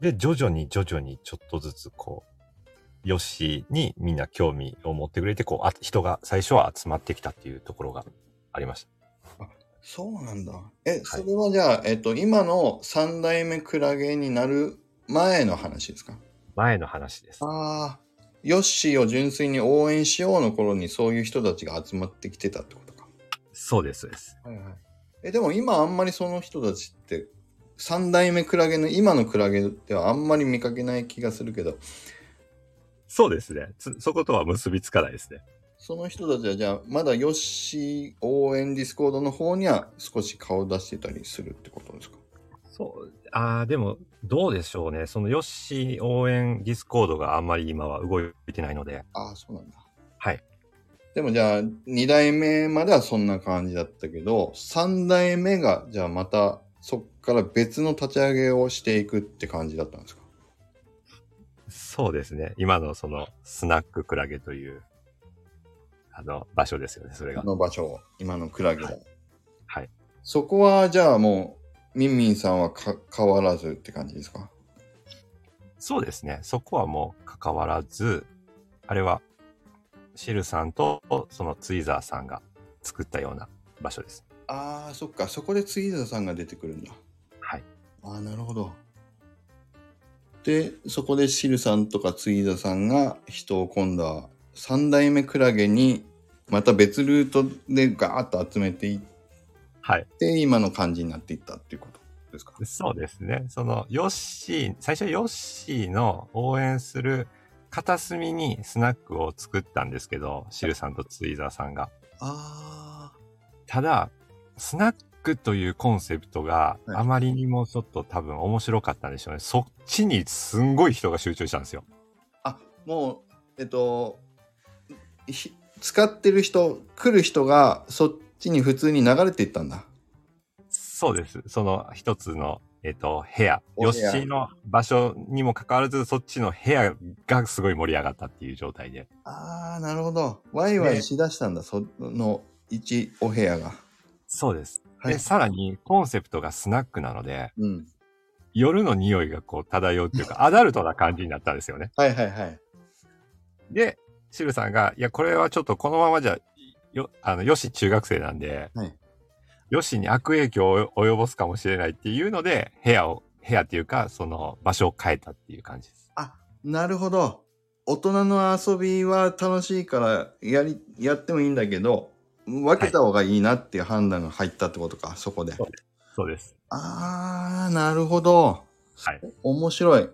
Speaker 2: で、徐々に徐々にちょっとずつこう、ヨッシーにみんな興味を持ってくれて、こう、あ人が最初は集まってきたっていうところがありました。
Speaker 1: そうなんだ。え、それはじゃあ、えっと、今の三代目クラゲになる前の話ですか
Speaker 2: 前の話です。
Speaker 1: ああ、ヨッシーを純粋に応援しようの頃にそういう人たちが集まってきてたってことか。
Speaker 2: そうです、そうです。
Speaker 1: はいはい。え、でも今あんまりその人たちって、三代目クラゲの今のクラゲではあんまり見かけない気がするけど、
Speaker 2: そうですね。つそことは結びつかないですね。
Speaker 1: その人たちはじゃあまだヨッシー応援ディスコードの方には少し顔を出してたりするってことですか
Speaker 2: そう、ああ、でも、どうでしょうね。そのヨッシー応援ディスコードがあんまり今は動いてないので、
Speaker 1: ああ、そうなんだ。
Speaker 2: はい。
Speaker 1: でもじゃあ2代目まではそんな感じだったけど、3代目がじゃあまたそっから別の立ち上げをしていくって感じだったんですか
Speaker 2: そうですね。今のそのスナッククラゲという、あの、場所ですよね、それが
Speaker 1: あ。の場所、今のクラゲだ。
Speaker 2: はい。
Speaker 1: そこはじゃあもう、ミンミンさんはか変わらずって感じですか
Speaker 2: そうですね。そこはもう関わらず、あれは、シルさんとそのツイザーさんが作ったような場所です。
Speaker 1: ああ、そっか。そこでツイーザーさんが出てくるんだ。ああ、なるほど。で、そこでシルさんとかツイーザさんが人を今度は三代目クラゲにまた別ルートでガーッと集めていっ
Speaker 2: はい。
Speaker 1: て、今の感じになっていったっていうことですか。
Speaker 2: そうですね。その、ヨッシー、最初ヨッシーの応援する片隅にスナックを作ったんですけど、シルさんとツイザーさんが。
Speaker 1: あ
Speaker 2: ただ、スナックというコンセプトが
Speaker 1: はい
Speaker 2: あまりにもちょっと多分面白かったんでしょうね。そっちにすんごい人が集中したんですよ。
Speaker 1: あ。あ、もう、えっと、ひ使ってる人、来る人がそっちに普通に流れていったんだ。
Speaker 2: そうです。その一つの、えっ、と、部屋。
Speaker 1: お部
Speaker 2: ヨッ
Speaker 1: 屋
Speaker 2: シーの場所にもかかわらず、そっちの部屋がすごい盛り上がったっていう状態で。
Speaker 1: ああ、なるほど。ワイワイしだしたんだ、その一お部屋が。
Speaker 2: そうです。
Speaker 1: はい
Speaker 2: で、さらに、コンセプトがスナックなので、
Speaker 1: うん。
Speaker 2: 夜の匂いがこう漂うっていうか、アダルトな感じになったんですよね。
Speaker 1: はいはいはい。
Speaker 2: で、シルさんが、いや、これはちょっとこのままじゃ、よ、あの、ヨシ中学生なんで、
Speaker 1: はい
Speaker 2: ヨシに悪影響を及ぼすかもしれないっていうので、部屋を、部屋っていうか、その場所を変えたっていう感じです。
Speaker 1: なるほど。大人の遊びは楽しいからやりやってもいいんだけど分けた方がいいなっていう判断が入ったってことか、そこで
Speaker 2: そうそうです。
Speaker 1: あーなるほど
Speaker 2: はい。
Speaker 1: 面白い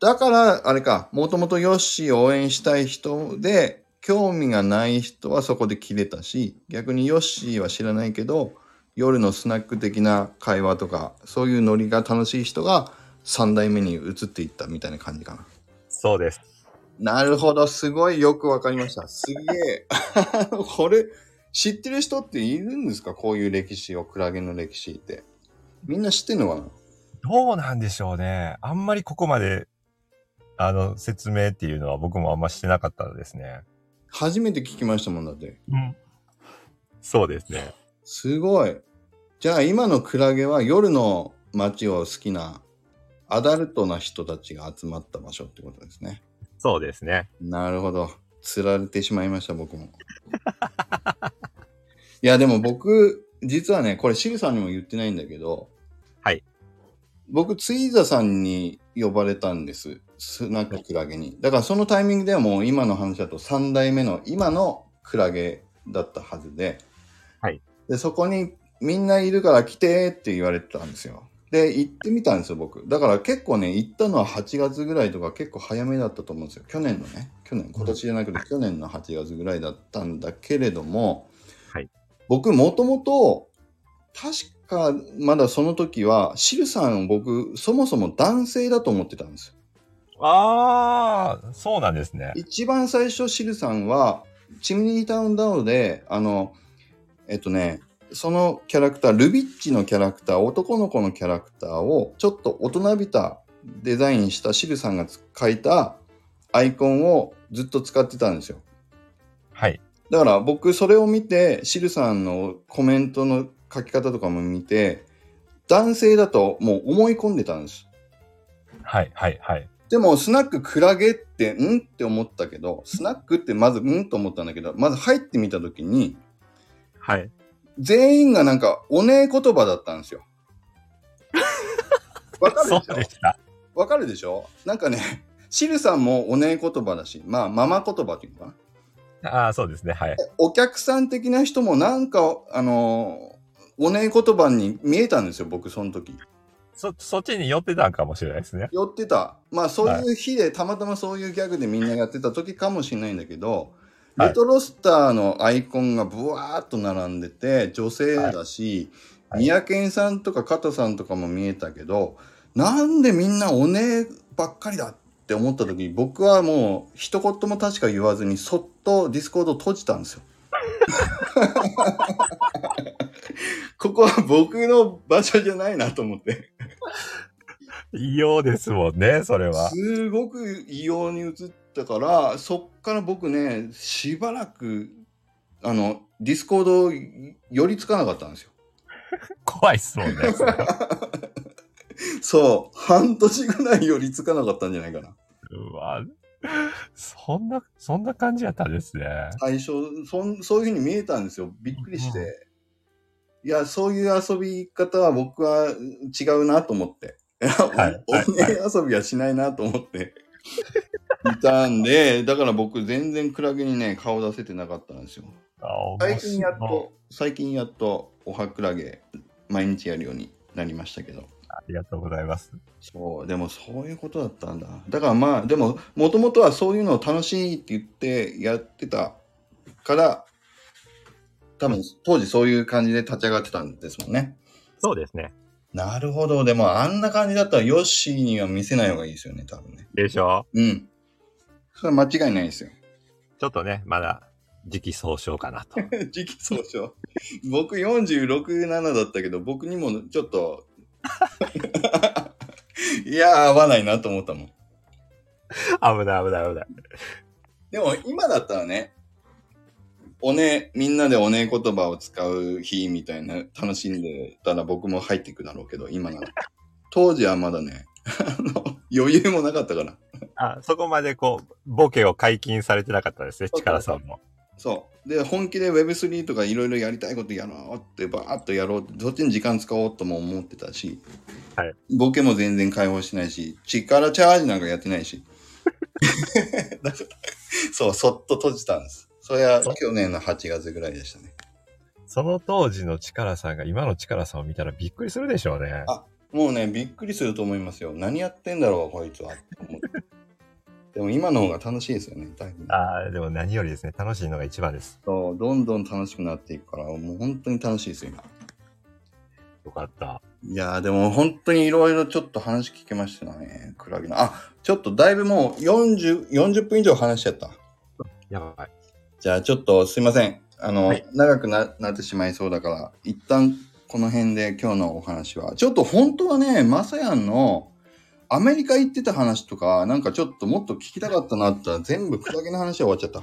Speaker 1: だからあれかもともとヨッシーを応援したい人で興味がない人はそこで切れたし逆にヨッシーは知らないけど夜のスナック的な会話とかそういうノリが楽しい人が3代目に移っていったみたいな感じかな
Speaker 2: そうです。
Speaker 1: なるほど、すごいよくわかりました。すげえ。 (laughs) あのこれ、知ってる人っているんですかこういう歴史を、クラゲの歴史って。みんな知ってんのかな
Speaker 2: どうなんでしょうね。あんまりここまで、あの、説明っていうのは僕もあんましてなかったですね。
Speaker 1: 初めて聞きましたもんだって。
Speaker 2: うん。そうですね。
Speaker 1: すごい。じゃあ今のクラゲは夜の街を好きなアダルトな人たちが集まった場所ってことですね。
Speaker 2: そうですね。
Speaker 1: なるほど。釣られてしまいました、僕も。 (laughs) いや、でも僕、実はね、これ、シルさんにも言ってないんだけど、
Speaker 2: はい。
Speaker 1: 僕、ツイーザさんに呼ばれたんです。スナッククラゲに。だから、そのタイミングではもう今の話だと3代目の今のクラゲだったはずで、
Speaker 2: はい。
Speaker 1: で、そこにみんないるから来てって言われてたんですよ。で、行ってみたんですよ、僕。だから結構ね、行ったのは8月ぐらいとか結構早めだったと思うんですよ。去年のね、去年、今年じゃなくて去年の8月ぐらいだったんだけれども、
Speaker 2: はい
Speaker 1: 僕もともと、確かまだその時は、シルさんを僕、そもそも男性だと思ってたんですよ。
Speaker 2: ああ、そうなんですね。
Speaker 1: 一番最初シルさんはチムニータウンダウンであのえっとねそのキャラクタールビッチのキャラクター男の子のキャラクターをちょっと大人びたデザインしたシルさんが描いたアイコンをずっと使ってたんですよ
Speaker 2: はい。
Speaker 1: だから僕それを見てシルさんのコメントの書き方とかも見て男性だともう思い込んでたんです
Speaker 2: はい、はい、はい。
Speaker 1: でも、スナッククラゲって、んって思ったけど、スナックってまず、んと思ったんだけど、まず入ってみたときに、
Speaker 2: はい。
Speaker 1: 全員がなんか、おねえ言葉だったんです
Speaker 2: (laughs)
Speaker 1: よ。わかるで
Speaker 2: そう
Speaker 1: しょ
Speaker 2: でした。
Speaker 1: わかるでしょなんかね、シルさんもおねえ言葉だし、まあ、ママ言葉っていうのかな。
Speaker 2: ああ、そうですね。はい。
Speaker 1: お客さん的な人もなんか、あのーおねえ言葉に見えたんですよ、僕、その時。
Speaker 2: そ、そっちに寄ってたんかもしれないですね。
Speaker 1: 寄ってた。まあそういう日で、たまたまそういうギャグでみんなやってた時かもしれないんだけど、
Speaker 2: はい
Speaker 1: レトロスターのアイコンがブワーっと並んでて、女性だし、
Speaker 2: はいはい
Speaker 1: 三宅さんとか加藤さんとかも見えたけど、なんでみんなお姉ばっかりだって思った時、僕はもう一言も確か言わずに、そっとディスコードを閉じたんで
Speaker 2: (laughs)
Speaker 1: すよ。ここは僕の場所じゃないなと思って。
Speaker 2: 異様ですもんね、それは。
Speaker 1: すごく異様に映ったからそっから僕ねしばらくあのディスコード寄りつかなかったんですよ
Speaker 2: 怖いっすもんね。それ
Speaker 1: そう半年ぐらい寄りつかなかったんじゃないかな
Speaker 2: うわ。そんな、そんな感じやったんですね。
Speaker 1: 最初そんそういうふうに見えたんですよびっくりして、いや、そういう遊び方は僕は違うなと思って。
Speaker 2: はいはい
Speaker 1: 鬼遊びはしないなと思って。いたんで、だから僕全然クラゲにね、顔出せてなかったんですよ。
Speaker 2: あ
Speaker 1: 最近やっと、最近やっと、おはクラゲ、毎日やるようになりましたけど。
Speaker 2: ありがとうございます。
Speaker 1: そう、でもそういうことだったんだ。だからまあ、でも、もともとはそういうのを楽しいって言ってやってたから、多分当時そういう感じで立ち上がってたんですもんね。
Speaker 2: そうですね。
Speaker 1: なるほど。でも、あんな感じだったら、ヨッシーには見せない方がいいですよね、多分ね。
Speaker 2: でしょ
Speaker 1: うん。それは間違いないですよ。
Speaker 2: ちょっとね、まだ時期尚早か (laughs) なと。
Speaker 1: 時期総称。僕46、7だったけど、僕にもちょっと、 (laughs) いやー、合わないなと思ったもん。
Speaker 2: 危ない危ない危ない。
Speaker 1: でも、今だったらね、おね、みんなでおね言葉を使う日みたいな、楽しんでたら僕も入っていくだろうけど、今なら。当時はまだね、 (laughs) あの、余裕もなかったから。
Speaker 2: あ、そこまでこう、ボケを解禁されてなかったですね、
Speaker 1: そうそう
Speaker 2: 力さんも。
Speaker 1: そう。で、本気で Web3 とかいろいろやりたいことやろうって、バーッとやろうって、どっちに時間使おうとも思ってたし、
Speaker 2: はい
Speaker 1: ボケも全然解放してないし、力チャージなんかやってない
Speaker 2: (laughs)
Speaker 1: し。だから、そう、そっと閉じたんです。それは去年の8月ぐらいでしたね。
Speaker 2: その当時の力さんが今の力さんを見たらびっくりするでしょうね。
Speaker 1: あもうね、びっくりすると思いますよ。何やってんだろう、こいつは。思って (laughs) でも今の方が楽しいですよね、だいぶ。
Speaker 2: あーでも何よりですね、楽しいのが一番です。
Speaker 1: そう、どんどん楽しくなっていくから、もう本当に楽しいですよ、今。
Speaker 2: よかった。
Speaker 1: いやーでも本当にいろいろちょっと話聞けましたね。クラゲの。あ、ちょっとだいぶもう40、40分以上話しちゃった。
Speaker 2: やばい。
Speaker 1: じゃあちょっとすいません。あの、
Speaker 2: はい
Speaker 1: 長くななってしまいそうだから、一旦この辺で今日のお話は。ちょっと本当はね、まさやんのアメリカ行ってた話とか、なんかちょっともっと聞きたかったなって言ったら全部クラゲの話は終わっちゃった。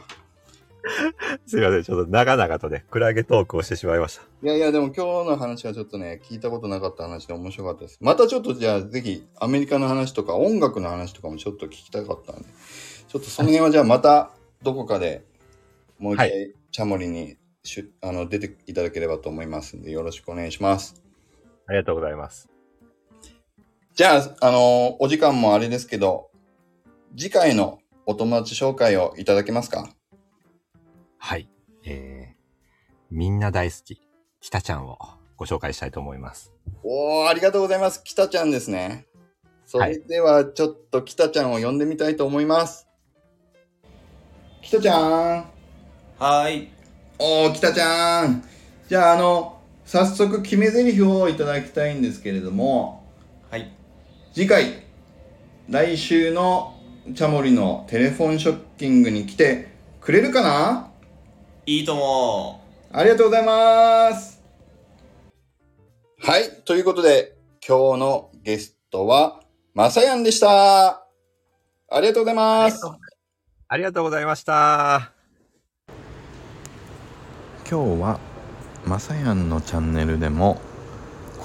Speaker 2: すいません、ちょっと長々とね、クラゲトークをしてしまいました。
Speaker 1: いやいや、でも今日の話はちょっとね、聞いたことなかった話で面白かったです。またちょっとじゃあ、ぜひアメリカの話とか音楽の話とかもちょっと聞きたかったんで、ちょっとその辺はじゃあまたどこかでもう一回チャモリにしゅ、あの出ていただければと思いますんで、よろしくお願いします。
Speaker 2: ありがとうございます。
Speaker 1: じゃあ、あのお時間もあれですけど、次回のお友達紹介をいただけますか
Speaker 2: はい。えー、みんな大好き、北ちゃんをご紹介したいと思います。
Speaker 1: おー、ありがとうございます。きたちゃんですね。そ
Speaker 2: は
Speaker 1: れ
Speaker 2: い
Speaker 1: では、ちょっときたちゃんを呼んでみたいと思います。きたちゃん。
Speaker 3: はーい。
Speaker 1: おー、きたちゃん。じゃあ、あの、早速決め台詞をいただきたいんですけれども、
Speaker 3: はい。
Speaker 1: 次回、来週のチャモリのテレフォンショッキングに来てくれるかない
Speaker 3: いとも。
Speaker 1: ありがとうございます。はい、ということで、今日のゲストは、まさやんでした。ありがとうございます。
Speaker 2: ありがとうございました。
Speaker 1: 今日はまさやんのチャンネルでも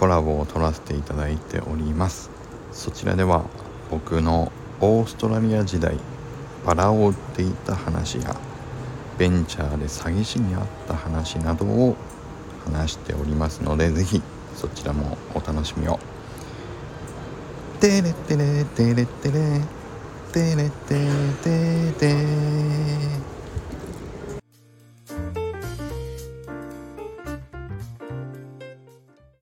Speaker 1: コラボを撮らせていただいておりますそちらでは僕のオーストラリア時代バラを売っていた話やベンチャーで詐欺師にあった話などを話しておりますのでぜひそちらもお楽しみをテレテレテレテレテレテレテレ